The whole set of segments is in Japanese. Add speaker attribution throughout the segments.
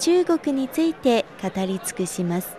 Speaker 1: 中国について語り尽くします。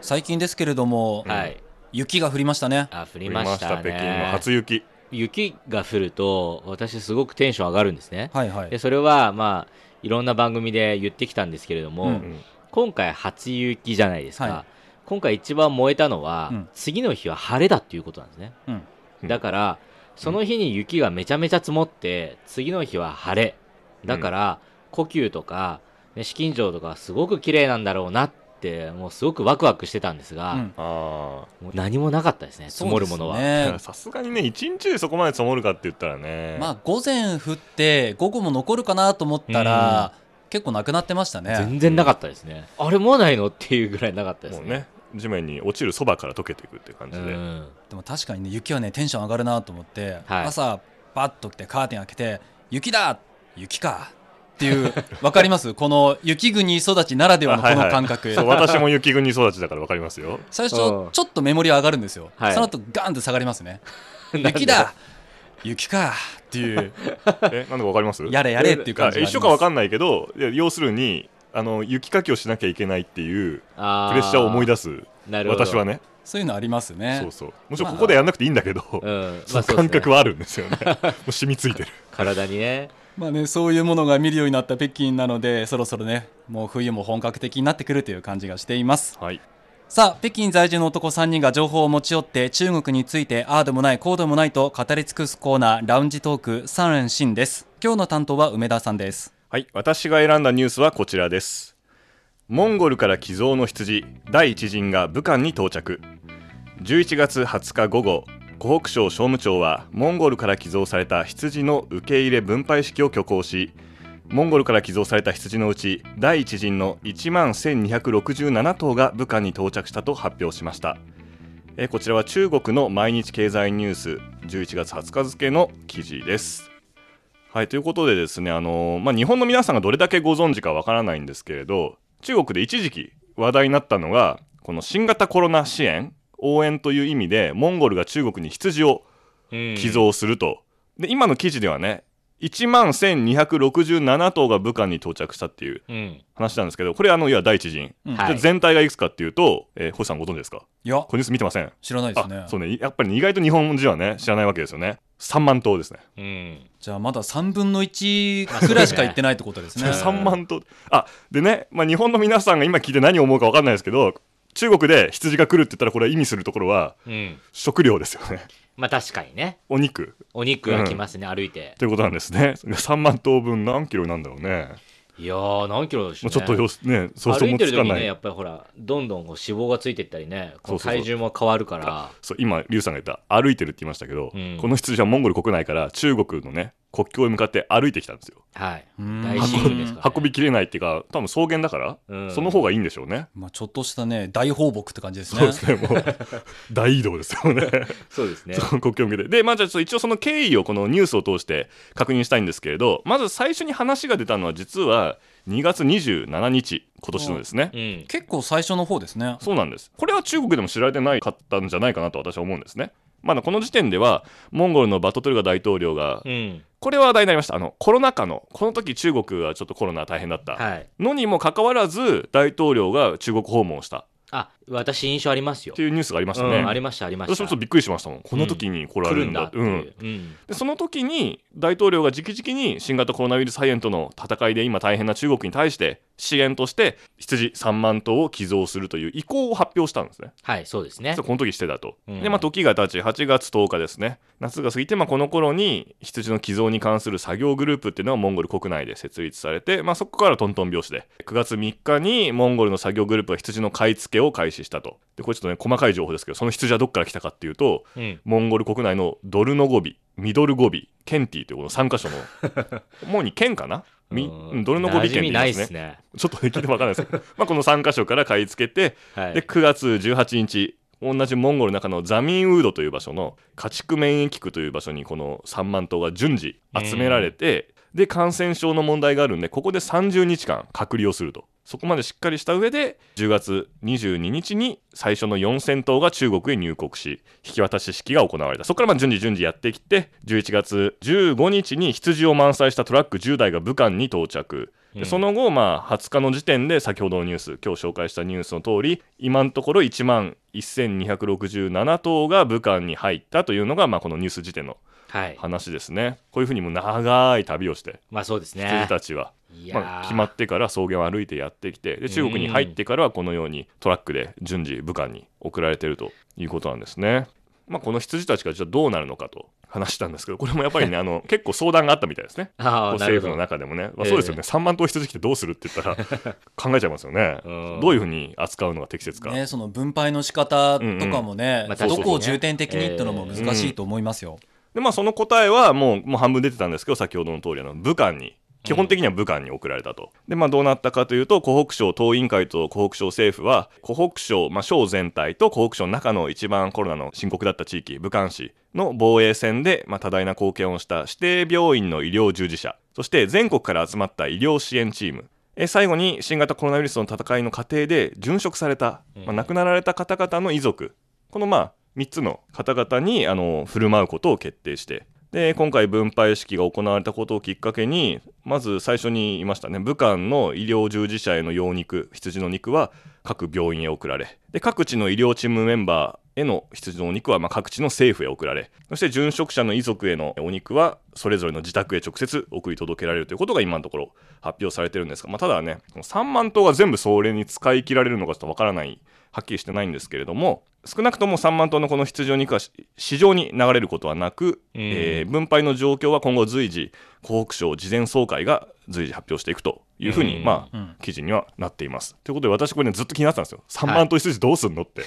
Speaker 2: 最近ですけれども、
Speaker 3: はい。
Speaker 2: 雪が降りましたね。
Speaker 3: あ、降
Speaker 4: 降
Speaker 3: り
Speaker 4: り
Speaker 3: ま
Speaker 4: ま
Speaker 3: し
Speaker 4: した
Speaker 3: たね。
Speaker 4: 北京の初雪
Speaker 3: 雪が降ると、私すごくテンション上がるんですね。
Speaker 2: はいは
Speaker 3: で、
Speaker 2: い。
Speaker 3: それは、まあ、いろんな番組で言ってきたんですけれども、
Speaker 2: うん
Speaker 4: うん
Speaker 3: 今回初雪じゃないですか。
Speaker 2: はい
Speaker 3: 今回一番燃えたのは、
Speaker 2: うん
Speaker 3: 次の日は晴れだっていうことなんですね。
Speaker 2: うん
Speaker 3: だから、その日に雪がめちゃめちゃ積もって、次の日は晴れ。だから、故宮とか、ね、紫禁城とかすごく綺麗なんだろうなって、もうすごくワクワクしてたんですが、
Speaker 2: うん
Speaker 4: あ
Speaker 3: もう何もなかったですね、積もるものは。
Speaker 2: そうです
Speaker 4: あ
Speaker 2: ね
Speaker 4: さすがにね一日でそこまで積もるかって言ったら ね
Speaker 2: まあ午前降って午後も残るかなと思ったら、結構なくなってましたね。
Speaker 3: 全然なかったですね。あれ、もうないのっていうぐらいなかったです
Speaker 4: もう
Speaker 3: ね。
Speaker 4: ね地面に落ちるそばから溶けていくって感
Speaker 3: う
Speaker 4: じで、
Speaker 3: ん。
Speaker 2: でも確かにね雪はねテンション上がるなと思って、
Speaker 3: はい
Speaker 2: 朝パッと来てカーテン開けて雪だ雪かっていう わかりますこの雪国育ちならではのこ
Speaker 4: はいは
Speaker 2: の
Speaker 4: い
Speaker 2: 感覚。
Speaker 4: そう私も雪国育ちだから分かりますよ
Speaker 2: 最初
Speaker 3: うん
Speaker 2: ちょっとメモリ上がるんですよ、
Speaker 3: はい
Speaker 2: その後ガンと下がりますね
Speaker 3: なんで
Speaker 2: 雪だ雪かっていう
Speaker 4: えなんでか分かります
Speaker 2: やれやれっていう感じ
Speaker 4: あ一緒か分か
Speaker 2: ない
Speaker 4: んないけどいや要するにあの雪かきをしなきゃいけないっていう
Speaker 3: あ
Speaker 4: プレッシャーを思い
Speaker 3: す。
Speaker 4: 出す
Speaker 3: なるほど。
Speaker 4: 私はね
Speaker 2: そういうのありますね
Speaker 4: そうそうもちろんここでやんなくていいんだけど、
Speaker 3: うん。
Speaker 4: そ
Speaker 3: ま
Speaker 4: の
Speaker 3: あそうですね
Speaker 4: 感覚はあるんですよねもう染みついてる
Speaker 3: 体にね。
Speaker 2: まあねそういうものが見るようになった北京なのでそろそろねもう冬も本格的になってくるという感じがしています
Speaker 4: はい
Speaker 2: さあ北京在住の男3人が情報を持ち寄って中国についてああでもないこうでもないと語り尽くすコーナーラウンジトーク三連新です今日の担当は梅田さんです
Speaker 4: はい私が選んだニュースはこちらですモンゴルから寄贈の羊第一陣が武漢に到着11月20日午後湖北省商務庁はモンゴルから寄贈された羊の受け入れ分配式を挙行しモンゴルから寄贈された羊のうち第一陣の1万1267頭が武漢に到着したと発表しましたえーこちらは中国の毎日経済ニュース11月20日付の記事ですはいということでですね、あのーまあ、日本の皆さんがどれだけご存知かわからないんですけれど中国で一時期話題になったのがこの新型コロナ支援応援という意味でモンゴルが中国に羊を
Speaker 3: うん
Speaker 4: 寄。贈すると、で今の記事ではね1万1267頭が武漢に到着したっていう
Speaker 3: うん。
Speaker 4: 話なんですけどこれあのいわ第一陣、
Speaker 2: うん
Speaker 3: はい
Speaker 4: じゃあ全体がいくつかっていうと、えー星さんご存知ですか
Speaker 2: いや
Speaker 4: このニュース見てません
Speaker 2: 知らないですね
Speaker 4: あそうねやっぱりね意外と日本人はね知らないわけですよね3万頭ですね
Speaker 3: うん。
Speaker 2: じゃあまだ3分の1ぐらいしか行ってないってことです ね。
Speaker 3: まあそう
Speaker 4: 3万頭あでね、まあ、日本の皆さんが今聞いて何を思うか分かんないですけど中国で羊が来るって言ったらこれは意味するところは
Speaker 3: うん。
Speaker 4: 食料ですよね
Speaker 3: まあ確かにね。
Speaker 4: お肉
Speaker 3: お肉が来ますね、歩いて。
Speaker 4: ということなんですね3万頭分何キロなんだろうね
Speaker 3: いやー、何キロでしょ
Speaker 4: も
Speaker 3: う
Speaker 4: う
Speaker 3: ね。
Speaker 4: ちょっとよすね想像
Speaker 3: 歩い
Speaker 4: も
Speaker 3: て
Speaker 4: つ
Speaker 3: る
Speaker 4: か
Speaker 3: 時に
Speaker 4: な
Speaker 3: ね、
Speaker 4: い
Speaker 3: やっぱりほら、どんどんこう脂肪がついてったりね、こ
Speaker 4: そううそうそう
Speaker 3: 体重も変わるから。
Speaker 4: そう今リュウさんが言った歩いてるって言いましたけど、
Speaker 3: うん
Speaker 4: この羊はモンゴル国内から中国のね国境へ向かって歩いてきたんですよ
Speaker 3: はい。
Speaker 2: うん
Speaker 3: 大親友ですから、ね。
Speaker 4: 運びきれないっていうか多分草原だから、
Speaker 3: うん
Speaker 4: その方がいいんでしょうね
Speaker 2: まあ、ちょっとしたね大放牧って感じですね。
Speaker 4: そうですねも う大移動ですよね
Speaker 3: そうですね。
Speaker 4: その国境を向けて。で、まあ、じゃあちょっと一応その経緯をこのニュースを通して確認したいんですけれど、まず最初に話が出たのは実は2月27日、今年のですね
Speaker 3: う。ん。
Speaker 2: 結構最初の方ですね。
Speaker 4: そうなんです。これは中国でも知られてないかったんじゃないかなと私は思うんですね。まだこの時点では、モンゴルのバトトルガ大統領が、
Speaker 3: うん。
Speaker 4: これは話題になりました。あの、コロナ禍の、この時中国はちょっとコロナ大変だった。
Speaker 3: はい。
Speaker 4: のにもかかわらず、大統領が中国訪問をしたっ
Speaker 3: あ、私印象ありますよ
Speaker 4: て。いうニュースがありました
Speaker 3: う
Speaker 4: ね。
Speaker 3: ん、ありました、ありまし
Speaker 4: 私
Speaker 3: た。
Speaker 4: もちょっとびっくりしましたもん。こんな時に来ら
Speaker 3: 来
Speaker 4: れ
Speaker 3: る
Speaker 4: る
Speaker 3: ん
Speaker 4: ん
Speaker 3: だ
Speaker 4: だ
Speaker 3: っ
Speaker 4: ってて。
Speaker 3: いう。
Speaker 4: うん
Speaker 3: うん
Speaker 4: でその時に大統領が直々に新型コロナウイルス肺炎との戦いで今大変な中国に対して支援として羊3万頭を寄贈するという意向を発表したんですね。
Speaker 3: はい、そうですね
Speaker 4: 実は。この時してたと。
Speaker 3: うん
Speaker 4: でまあ時が経ち8月10日ですね夏が過ぎてまあこの頃に羊の寄贈に関する作業グループっていうのはモンゴル国内で設立されてまあそこからトントン拍子で9月3日にモンゴルの作業グループは羊の買い付けを開開始したとでこれちょっとね細かい情報ですけどその羊はどっから来たかっていうと
Speaker 3: うん。
Speaker 4: モンゴル国内のドルの語尾ミドル語尾ケンティというこの3か所の 主に県かなみうんドルの語尾
Speaker 3: 馴
Speaker 4: 県
Speaker 3: 染
Speaker 4: って言
Speaker 3: み
Speaker 4: い
Speaker 3: な
Speaker 4: ま
Speaker 3: いっ
Speaker 4: すね
Speaker 3: すね。
Speaker 4: ちょっとね聞いても分からないですけど、まあ、この3か所から買い付けて
Speaker 3: はい。
Speaker 4: で9月18日同じモンゴルの中のザミンウードという場所の家畜免疫区という場所にこの3万頭が順次集められて、で感染症の問題があるんでここで30日間隔離をするとそこまでしっかりした上で10月22日に最初の4000頭が中国へ入国し引き渡し式が行われたそこからまあ順次順次やってきて11月15日に羊を満載したトラック10台が武漢に到着で
Speaker 3: うん
Speaker 4: その後、まあ、20日の時点で先ほどのニュース今日紹介したニュースの通り今のところ1万1267頭が武漢に入ったというのが、まあ、このニュース時点の
Speaker 3: はい。
Speaker 4: 話ですねこういうふうにもう長い旅をして
Speaker 3: まあそうですね
Speaker 4: 羊。たちは、
Speaker 3: いやー
Speaker 4: まあ、決まってから草原を歩いてやってきてで中国に入ってからはこのようにトラックで順次武漢に送られているということなんですね。まあ、この羊たちがじゃあどうなるのかと話したんですけどこれもやっ ぱりねあの結構相談があったみたいですね。
Speaker 3: ああ、なる
Speaker 4: 政
Speaker 3: ほ
Speaker 4: 府の
Speaker 3: ど。
Speaker 4: 中でもね、まあ、そうですよね、3万頭羊来てどうするって言った ら考えちゃいますよね、
Speaker 3: うん
Speaker 4: どういうふうに扱うのが適切か、
Speaker 2: ね、その分配の仕方とかもね、
Speaker 3: うんうん
Speaker 2: ど
Speaker 3: まあ確
Speaker 2: こ
Speaker 3: かに
Speaker 2: を
Speaker 3: ね
Speaker 2: 重点的にっていうのも難しいと思いますよ。
Speaker 4: でまあ、その答えはもうもう半分出てたんですけど先ほどの通りあの武漢に基本的には武漢に送られたと、でまあ、どうなったかというと湖北省党委員会と湖北省政府は湖北省、まあ、省全体と湖北省の中の一番コロナの深刻だった地域武漢市の防衛戦で、まあ、多大な貢献をした指定病院の医療従事者そして全国から集まった医療支援チームえー最後に新型コロナウイルスの戦いの過程で殉職された、まあ、亡くなられた方々の遺族このまあ3つの方々にあの振る舞うことを決定してで今回分配式が行われたことをきっかけにまず最初に言いましたね武漢の医療従事者への羊肉羊の肉は各病院へ送られで各地の医療チームメンバーへの羊のお肉はまあ各地の政府へ送られそして殉職者の遺族へのお肉はそれぞれの自宅へ直接送り届けられるということが今のところ発表されてるんですが、まあ、ただねこの3万頭が全部それに使い切られるのかちょっとわからないはっきりしてないんですけれども少なくとも3万トンのこの羊肉はし市場に流れることはなく、
Speaker 3: うん
Speaker 4: えー分配の状況は今後随時湖北省事前総会が随時発表していくというふうに、
Speaker 3: うん
Speaker 4: まあ
Speaker 2: うん
Speaker 4: 記事にはなっています。ということで私これねずっと気になってたんですよ3
Speaker 3: い
Speaker 4: 万頭羊どうすんのって、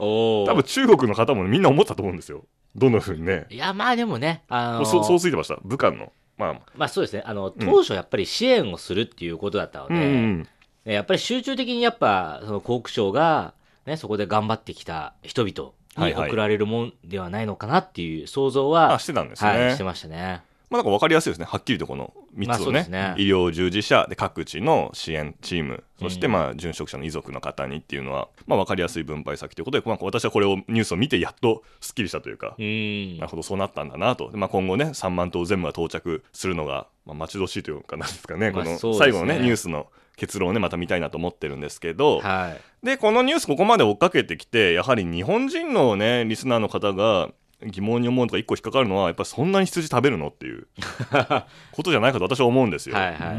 Speaker 3: おお。
Speaker 4: 多分中国の方もね、みんな思ったと思うんですよどんなふうにね
Speaker 3: いや、まあでもね、あのー
Speaker 4: そうそうついてました武漢のまあ
Speaker 3: まあそうですね、あの、当初やっぱり支援をするっていうことだったので、
Speaker 4: うんうん
Speaker 3: ねやっぱり集中的にやっぱ、その航空省が、ね、そこで頑張ってきた人々
Speaker 4: は
Speaker 3: に
Speaker 4: いはい
Speaker 3: 送られるもんではないのかなっていう想像は、
Speaker 4: あしてたんですね、
Speaker 3: はい、してましたね。
Speaker 4: まあ、なんか分かりやすいですね、はっきりとこの3
Speaker 3: まあ
Speaker 4: つ
Speaker 3: そ
Speaker 4: を
Speaker 3: う
Speaker 4: ね、
Speaker 3: ですね
Speaker 4: 医療従事者で各地の支援チーム、そして
Speaker 3: うん
Speaker 4: まあ殉職者の遺族の方にっていうのは、まあ、分かりやすい分配先ということで、まあ、私はこれをニュースを見て、やっとすっきりしたというか、
Speaker 3: うん
Speaker 4: なる。ほど、そうなったんだなと、でまあ、今後ね、3万頭全部が到着するのが、まあ、待ち遠しいというか、なんですかね、こ
Speaker 3: まあ
Speaker 4: の
Speaker 3: そうです
Speaker 4: 最
Speaker 3: ね
Speaker 4: 後のね、ニュースの結論をね、また見たいなと思ってるんですけど。
Speaker 3: はい。
Speaker 4: でこのニュースここまで追っかけてきてやはり日本人のねリスナーの方が疑問に思うのが一個引っかかるのはやっぱりそんなに羊食べるのって いうことじゃないかと私は思うんですよ。
Speaker 3: はい
Speaker 2: うん
Speaker 3: は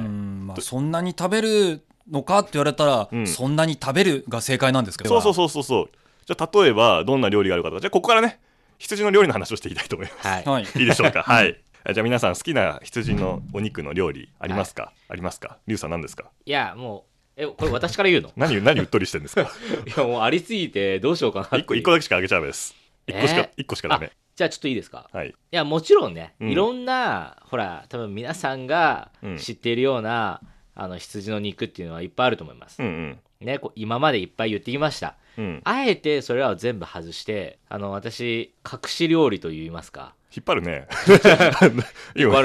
Speaker 2: まあ、そんなに食べるのかって言われたら、
Speaker 4: うん
Speaker 2: そんなに食べるが正解なんですけど
Speaker 4: そうそう
Speaker 2: う
Speaker 4: そうそうそうじゃあ例えばどんな料理があるかとかじゃあここからね羊の料理の話をしていきたいと思います。
Speaker 3: い。はい。
Speaker 2: はい、
Speaker 4: いいでしょうかはいじゃあ皆さん好きな羊のお肉の料理ありますか、ありますかリュウさん何ですか
Speaker 3: いや、もう、え、これ私から 言うの
Speaker 4: 何何うっとりしてるんですか
Speaker 3: いや、もうありすぎてどうしようかなっていう
Speaker 4: 一個一個だけしかあげちゃダメです一個しか、
Speaker 3: え
Speaker 4: 一個しかダメ
Speaker 3: じゃあちょっといいですか
Speaker 4: はい
Speaker 3: いや、もちろんね、
Speaker 4: うん
Speaker 3: いろんな、ほら、多分皆さんが
Speaker 4: うん
Speaker 3: 知っているような、あの、羊の肉っていうのはいっぱいあると思います
Speaker 4: う。んうん
Speaker 3: ね、こう今までいっぱい言ってきました。
Speaker 4: うん
Speaker 3: あえてそれらを全部外して、あの、私、隠し料理と言いますか、
Speaker 4: 引っ張る ね
Speaker 3: いっぱいあるん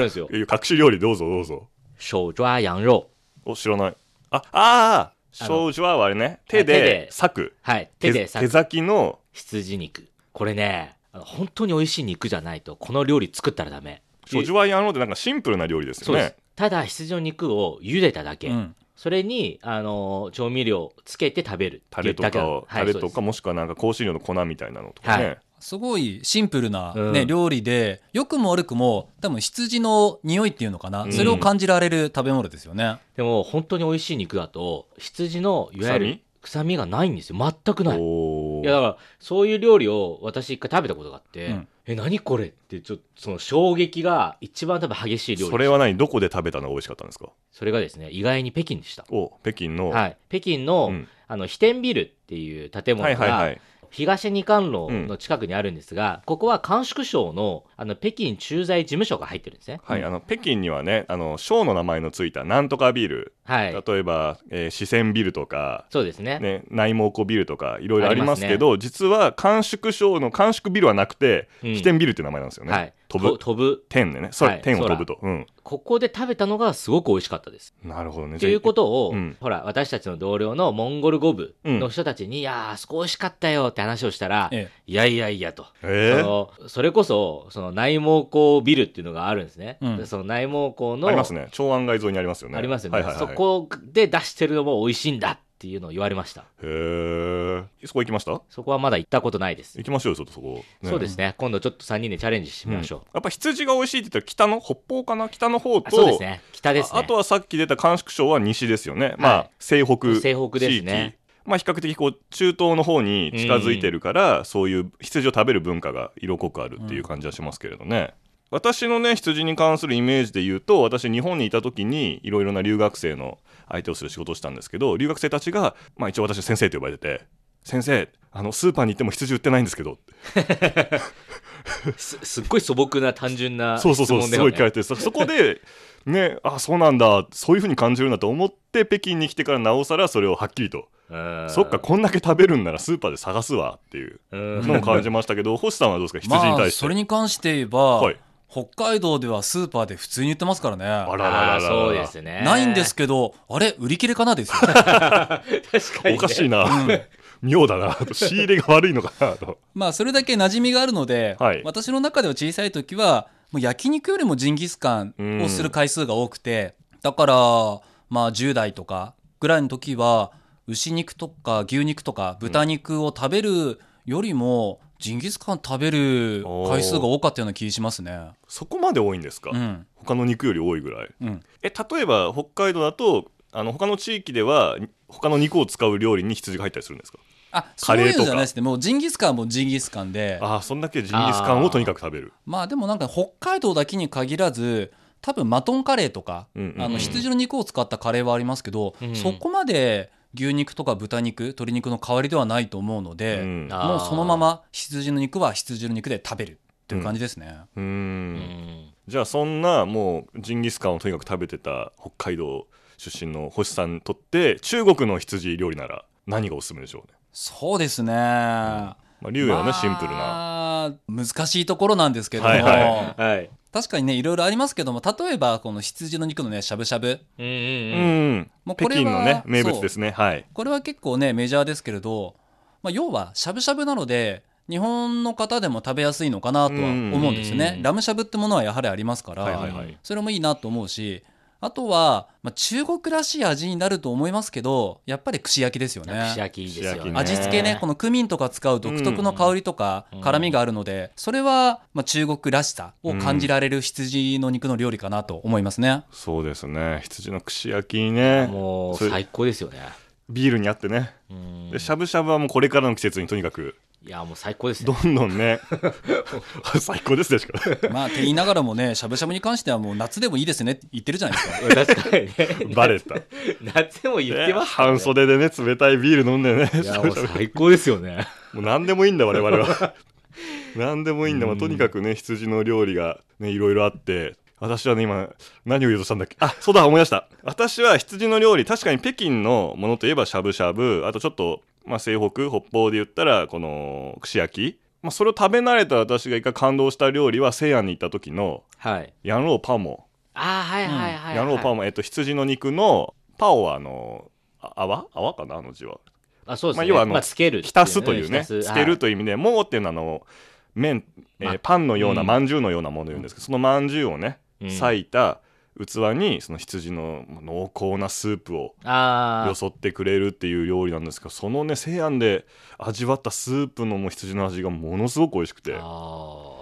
Speaker 3: ですよ
Speaker 4: い。や隠し料理どうぞどうぞ。
Speaker 3: 手抓羊肉。
Speaker 4: お、知らない。あ、ああ、
Speaker 3: あ
Speaker 4: 少
Speaker 3: の
Speaker 4: 女はあれね、手
Speaker 3: 手
Speaker 4: で
Speaker 3: で
Speaker 4: 裂く。
Speaker 3: はい、手で
Speaker 4: 手
Speaker 3: 裂く
Speaker 4: 先の、
Speaker 3: 羊肉。これね、あの本当に美味しい肉じゃないと、この料理作ったらダメ。
Speaker 4: 少女はやろうってなんかシンプルな料理です
Speaker 3: そ
Speaker 4: よ
Speaker 3: うです
Speaker 4: ね。。
Speaker 3: ただ、羊の肉を茹でただけ。
Speaker 2: うん
Speaker 3: それに、あの、調味料つけて食べるって
Speaker 4: タ
Speaker 3: いう
Speaker 4: レと
Speaker 3: だけな
Speaker 4: かを、
Speaker 3: の
Speaker 4: タ
Speaker 3: はい
Speaker 4: レ
Speaker 3: そうで
Speaker 4: と
Speaker 3: す
Speaker 4: かもしくはなんか香辛料の粉みたいなのとか
Speaker 3: は
Speaker 4: ね
Speaker 3: い。
Speaker 2: すごいシンプルな、ね
Speaker 3: うん
Speaker 2: 料理で良くも悪くも多分羊の匂いっていうのかな、
Speaker 4: うん
Speaker 2: それを感じられる食べ物ですよね。
Speaker 3: でも本当に美味しい肉だと羊のいわゆる臭みがないんですよ全くないい
Speaker 4: お
Speaker 3: やだ
Speaker 4: ー。
Speaker 3: からそういう料理を私一回食べたことがあって、
Speaker 2: うん
Speaker 3: え何これってちょっとその衝撃が一番多分激しい料理です
Speaker 4: それは何どこで食べたのが美味しかったんですか
Speaker 3: それがですね意外に北京でした
Speaker 4: お、北京の、
Speaker 3: はい北京の、
Speaker 4: うん
Speaker 3: あの飛天ビルっていう建
Speaker 4: は
Speaker 3: 物
Speaker 4: いはいは
Speaker 3: が
Speaker 4: い。
Speaker 3: 東二貫路の近くにあるんですが、ここは甘粛省のあの北京駐在事務所が入ってるんですね。
Speaker 4: はい、あの北京にはね、あの省の名前のついたなんとかビル、
Speaker 3: はい、
Speaker 4: 例えば、えー四川ビルとか、
Speaker 3: そうですね。
Speaker 4: ね、内蒙古ビルとかいろいろあります
Speaker 3: あります
Speaker 4: け
Speaker 3: ね
Speaker 4: ど実は甘粛省の甘粛ビルはなくて、
Speaker 3: うん
Speaker 4: 飛天ビルっていう名前なんですよね、
Speaker 3: はい、
Speaker 4: 飛ぶ
Speaker 3: と飛ぶ
Speaker 4: 天でね空、
Speaker 3: はい
Speaker 4: 天を飛ぶと、うん、
Speaker 3: ここで食べたのがすごく美味しかったです。
Speaker 4: なるほどね
Speaker 3: ということとを、
Speaker 4: うん
Speaker 3: ほら、私たちの同僚のモンゴル語部の人たちに、いやー、あそこ美味しかったよって話をしたら、
Speaker 2: え
Speaker 3: いやいやいやと。
Speaker 4: えー、
Speaker 3: そのそれこそ、その内蒙古ビルっていうのがあるんですね。
Speaker 2: うん
Speaker 3: でその内蒙古の、
Speaker 4: ありますね長安街沿いにありますよね
Speaker 3: ありますよね、
Speaker 4: はいはいはい、
Speaker 3: そこで出してるのも美味しいんだっていうのを言われました。
Speaker 4: へえそこ行きました
Speaker 3: そこはまだ行ったことないです。
Speaker 4: 行きましょうよちょっとそこ、ね
Speaker 3: そうですね。今度ちょっと3人でチャレンジしてみましょう。
Speaker 4: んやっぱ羊が美味しいって言ったら北の北方かな北の方
Speaker 3: あ
Speaker 4: と
Speaker 3: そうですね。北ですね。
Speaker 4: ああとはさっき出た甘粛省は西ですよね、まあ西北地域
Speaker 3: 西北ですね
Speaker 4: まあ比較的こう中東の方に近づいてるから、そういう羊を食べる文化が色濃くあるっていう感じはしますけれどね、私のね羊に関するイメージで言うと私日本にいた時にいろいろな留学生の相手をする仕事をしたんですけど留学生たちが、まあ、一応私は先生と呼ばれてて「先生あのスーパーに行っても羊売ってないんですけど」
Speaker 3: す すっごい素朴な単純な質
Speaker 4: そう
Speaker 3: 問
Speaker 4: そうそ
Speaker 3: だよ
Speaker 4: う、
Speaker 3: ね。
Speaker 4: すごい聞かれてそそこでねあそうなんだそういうふうに感じるんだと思って北京に来てからなおさらそれをはっきりと、
Speaker 3: うん
Speaker 4: そっかこんだけ食べるんならスーパーで探すわっていう
Speaker 3: うん
Speaker 4: のを感じましたけど星さんはどうですか羊に
Speaker 2: まあ
Speaker 4: 対して、
Speaker 2: それに関して言えば、
Speaker 4: はい
Speaker 2: 北海道ではスーパーで普通に売ってますからね
Speaker 4: あらららら
Speaker 3: あ
Speaker 4: ら
Speaker 3: ーそうですね。
Speaker 2: ないんですけどあれ売り切れかなですよ
Speaker 3: 確かに、ね。
Speaker 4: おかしいな、妙だなと仕入れが悪いのかなと
Speaker 2: まあそれだけ馴染みがあるので、
Speaker 4: はい
Speaker 2: 私の中では小さい時はもう焼肉よりもジンギスカンをする回数が多くてだからまあ10代とかぐらいの時は牛肉とか牛肉とか豚肉を食べるよりもジンギスカン食べる回数が多かったような気しますね。
Speaker 4: そこまで多いんですか、
Speaker 2: うん
Speaker 4: 他の肉より多いぐらい
Speaker 2: うん、
Speaker 4: え例えば北海道だとあの他の地域では他の肉を使う料理に羊が入ったりするんですか
Speaker 2: あそ
Speaker 4: カ
Speaker 2: う
Speaker 4: レ
Speaker 2: い
Speaker 4: ー
Speaker 2: う
Speaker 4: とか
Speaker 2: のじゃないですねもうジンギスカンはもうジンギスカンで
Speaker 4: ああそんだけジンギスカンをとにかく食べる
Speaker 2: まあでもなんか北海道だけに限らず多分マトンカレーとか、
Speaker 4: うんうんうん
Speaker 2: あの羊の肉を使ったカレーはありますけど、
Speaker 3: うん
Speaker 2: そこまで牛肉とか豚肉鶏肉の代わりではないと思うので、
Speaker 4: うん
Speaker 3: あー
Speaker 2: もうそのまま羊の肉は羊の肉で食べるっていう感じですね、
Speaker 4: う
Speaker 3: うんん
Speaker 4: じゃあそんなもうジンギスカンをとにかく食べてた北海道出身の星さんにとって中国の羊料理なら何がおすすめでしょうね、
Speaker 2: そうですね、
Speaker 4: まあ、龍也はね、
Speaker 2: まあ
Speaker 4: シンプルな
Speaker 2: 難しいところなんですけども、
Speaker 4: はいは
Speaker 3: はい。
Speaker 2: 確かにねいろいろありますけども例えばこの羊の肉のねしゃぶしゃぶ
Speaker 3: うん
Speaker 4: う
Speaker 3: うんうん。
Speaker 4: ん、
Speaker 2: もうこ
Speaker 4: 北
Speaker 2: れは
Speaker 4: 京のね名物
Speaker 2: そう
Speaker 4: ですねはい
Speaker 2: これは結構ねメジャーですけれど、まあ、要はしゃぶしゃぶなので日本の方でも食べやすいのかなとは思うんですよ
Speaker 3: う
Speaker 2: ね
Speaker 3: ん
Speaker 2: ラムしゃぶってものはやはりありますから、
Speaker 4: はいはいはい
Speaker 2: それもいいなと思うしあとは、まあ、中国らしい味になると思いますけどやっぱり串焼きですよね
Speaker 3: 串焼きいいですよ
Speaker 4: 串焼き
Speaker 3: ね。
Speaker 4: ね
Speaker 2: 味付けねこのクミンとか使う独特の香りとか
Speaker 3: うん
Speaker 2: 辛みがあるのでそれは、まあ、中国らしさを感じられる羊の肉の料理かなと思いますね。
Speaker 4: そうですね羊の串焼きにね
Speaker 3: もう
Speaker 4: それ
Speaker 3: 最高ですよね。
Speaker 4: ビールにあってね
Speaker 3: うん
Speaker 4: でしゃぶしゃぶはもうこれからの季節にとにかく
Speaker 3: いやもう最高ですね
Speaker 4: ど。んどんね 最高ですねしか
Speaker 2: まあって言いながらもねしゃぶしゃぶに関してはもう夏でもいいですねって言ってるじゃないですか。
Speaker 3: 確かにね。
Speaker 4: バレた
Speaker 3: 夏でも言って
Speaker 4: ね
Speaker 3: ますからね
Speaker 4: 半袖でね冷たいビール飲んでね
Speaker 3: いやもう最高ですよね。
Speaker 4: もう何でもいいんだ我々 は何でもいいんだ、まあ、とにかくね羊の料理がねいろいろあって私はね今何を言おうとしたんだっけあそうだ思い出した私は羊の料理確かに北京のものといえばしゃぶしゃぶあとちょっと、まあ、西北北方で言ったらこの串焼き、まあ、それを食べ慣れた私が一回感動した料理は西安に行った時の
Speaker 3: はい。
Speaker 4: ヤンローパオモ
Speaker 3: ああはいはいはいはい。
Speaker 4: ヤンローパオモ、えっと、羊の肉のパオはあのあ泡泡かなあの字は
Speaker 3: あそうです
Speaker 4: まあ
Speaker 3: ね。
Speaker 4: 要はあの
Speaker 3: まあつけるっていうね。
Speaker 4: 浸すというね
Speaker 3: 浸す
Speaker 4: つけるという意味で、もうっていうのはあの麺、えー
Speaker 3: ま
Speaker 4: パンのような
Speaker 3: うん
Speaker 4: まんじゅうのようなものを言うんですけど、そのまんじゅうをね
Speaker 3: うん
Speaker 4: 裂いた器にその羊の濃厚なスープを
Speaker 3: あ
Speaker 4: よそってくれるっていう料理なんですけどそのね西安で味わったスープのもう羊の味がものすごく美味しくて
Speaker 3: ー
Speaker 4: あ
Speaker 3: あー。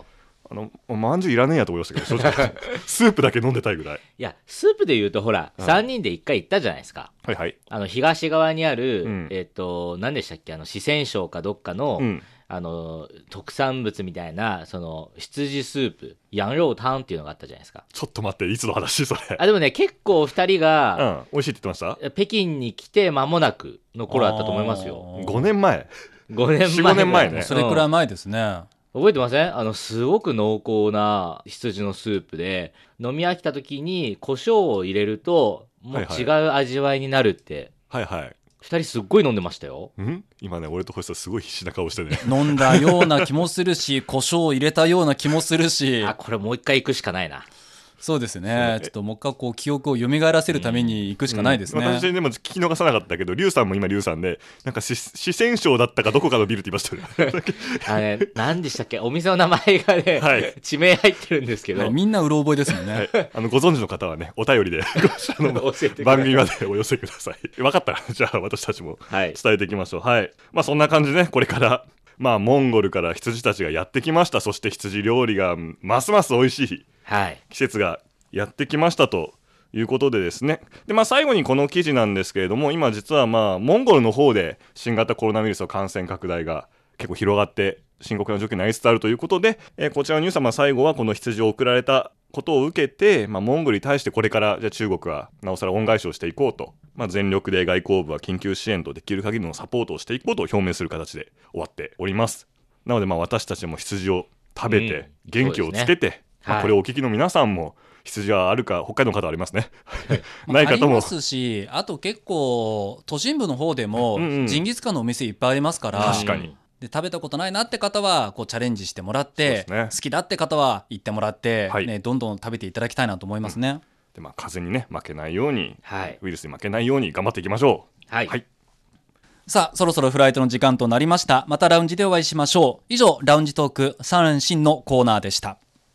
Speaker 4: のまんじゅういらねえやと思いましたけど正直 スープだけ飲んでたいぐらい
Speaker 3: いやスープで言うとほら
Speaker 4: うん
Speaker 3: 三人で一回行ったじゃないですか。
Speaker 4: はいはい、
Speaker 3: あの東側にある、
Speaker 4: うん
Speaker 3: えっ、と何でしたっけあの四川省かどっかの、
Speaker 4: うん、
Speaker 3: あの特産物みたいなその羊スープヤンロータンっていうのがあったじゃないですか
Speaker 4: ちょっと待っていつの話 それ
Speaker 3: あでもね結構お二人
Speaker 4: う
Speaker 3: が、
Speaker 4: ん美味しいって言ってまし
Speaker 3: 北京に来て間もなくの頃だったと思いますよ
Speaker 4: た
Speaker 2: よ
Speaker 4: 5年前
Speaker 3: 5年
Speaker 4: 4 5
Speaker 3: 前
Speaker 4: 年前ね
Speaker 2: それくら
Speaker 3: う
Speaker 2: い
Speaker 3: ん
Speaker 2: 前ですね。
Speaker 3: 覚えてませんあのすごく濃厚な羊のスープで飲み飽きた時に胡椒を入れるともう
Speaker 4: はいはい
Speaker 3: 違う味わいになるって、
Speaker 4: はいはい
Speaker 3: 二人すっごい飲んでましたよ
Speaker 4: ん今ね俺と星さんすごい必死な顔してね
Speaker 2: 飲んだような気もす るし、胡椒を入れたような気もするし、
Speaker 3: あこれもう一回行くしかないな
Speaker 2: そうです
Speaker 4: そう
Speaker 2: ね。ちょっともう一回こう記憶を蘇らせるために行くしかないですね。
Speaker 4: 私でも聞き逃さなかったけどリュウさんも今リュウさんでなんかし四川省だったかどこかのビルって言いましたよ ね
Speaker 3: あれ、何でしたっけお店の名前がね、
Speaker 4: はい
Speaker 3: 地名入ってるんですけど、
Speaker 2: はいみんなうろ覚えですもんね。
Speaker 4: あのご存知の方はねお便 りであの
Speaker 3: 教えてくだ
Speaker 4: 番
Speaker 3: さい。
Speaker 4: 組までお寄せください分かったら じゃあ私たちも
Speaker 3: はい。
Speaker 4: 伝えていきましょうはいまあそんな感じでねこれからまあモンゴルから羊たちがやってきましたそして羊料理がますます美味しい
Speaker 3: はい。
Speaker 4: 季節がやってきましたということでですねで、まあ、最後にこの記事なんですけれども今実はまあモンゴルの方で新型コロナウイルスの感染拡大が結構広がって深刻な状況になりつつあるということで、えーこちらのニュースはまあ最後はこの羊を送られたことを受けて、まあ、モンゴルに対してこれからじゃあ中国はなおさら恩返しをしていこうと、まあ、全力で外交部は緊急支援とできる限りのサポートをしていくことを表明する形で終わっておりますなのでまあ私たちも羊を食べ
Speaker 3: うん
Speaker 4: て元気をつけて、ま
Speaker 3: は
Speaker 4: あ、
Speaker 3: い
Speaker 4: これをお聞きの皆さんも羊はあるか北海道の方はありますねない
Speaker 2: あり
Speaker 4: 方
Speaker 2: ま
Speaker 4: も
Speaker 2: すし、あと結構都心部の方でも
Speaker 4: うんうん
Speaker 2: ジンギスカンのお店いっぱいありますから、
Speaker 4: 確かに
Speaker 3: うん
Speaker 2: で食べたことないなって方はこうチャレンジしてもらっ
Speaker 4: そう
Speaker 2: て
Speaker 4: で、すね
Speaker 2: 好きだって方は行ってもらって、
Speaker 4: はい
Speaker 2: ねどんどん食べていただきたいなと思いますね。
Speaker 4: で、まあ、風にね負けないように
Speaker 3: はい。
Speaker 4: ウイルスに負けないように頑張っていきましょ
Speaker 3: はい。
Speaker 4: はい
Speaker 2: さあ、そろそろフライトの時間となりました。またラウンジでお会いしましょう。以上、ラウンジトーク三連新のコーナーでした。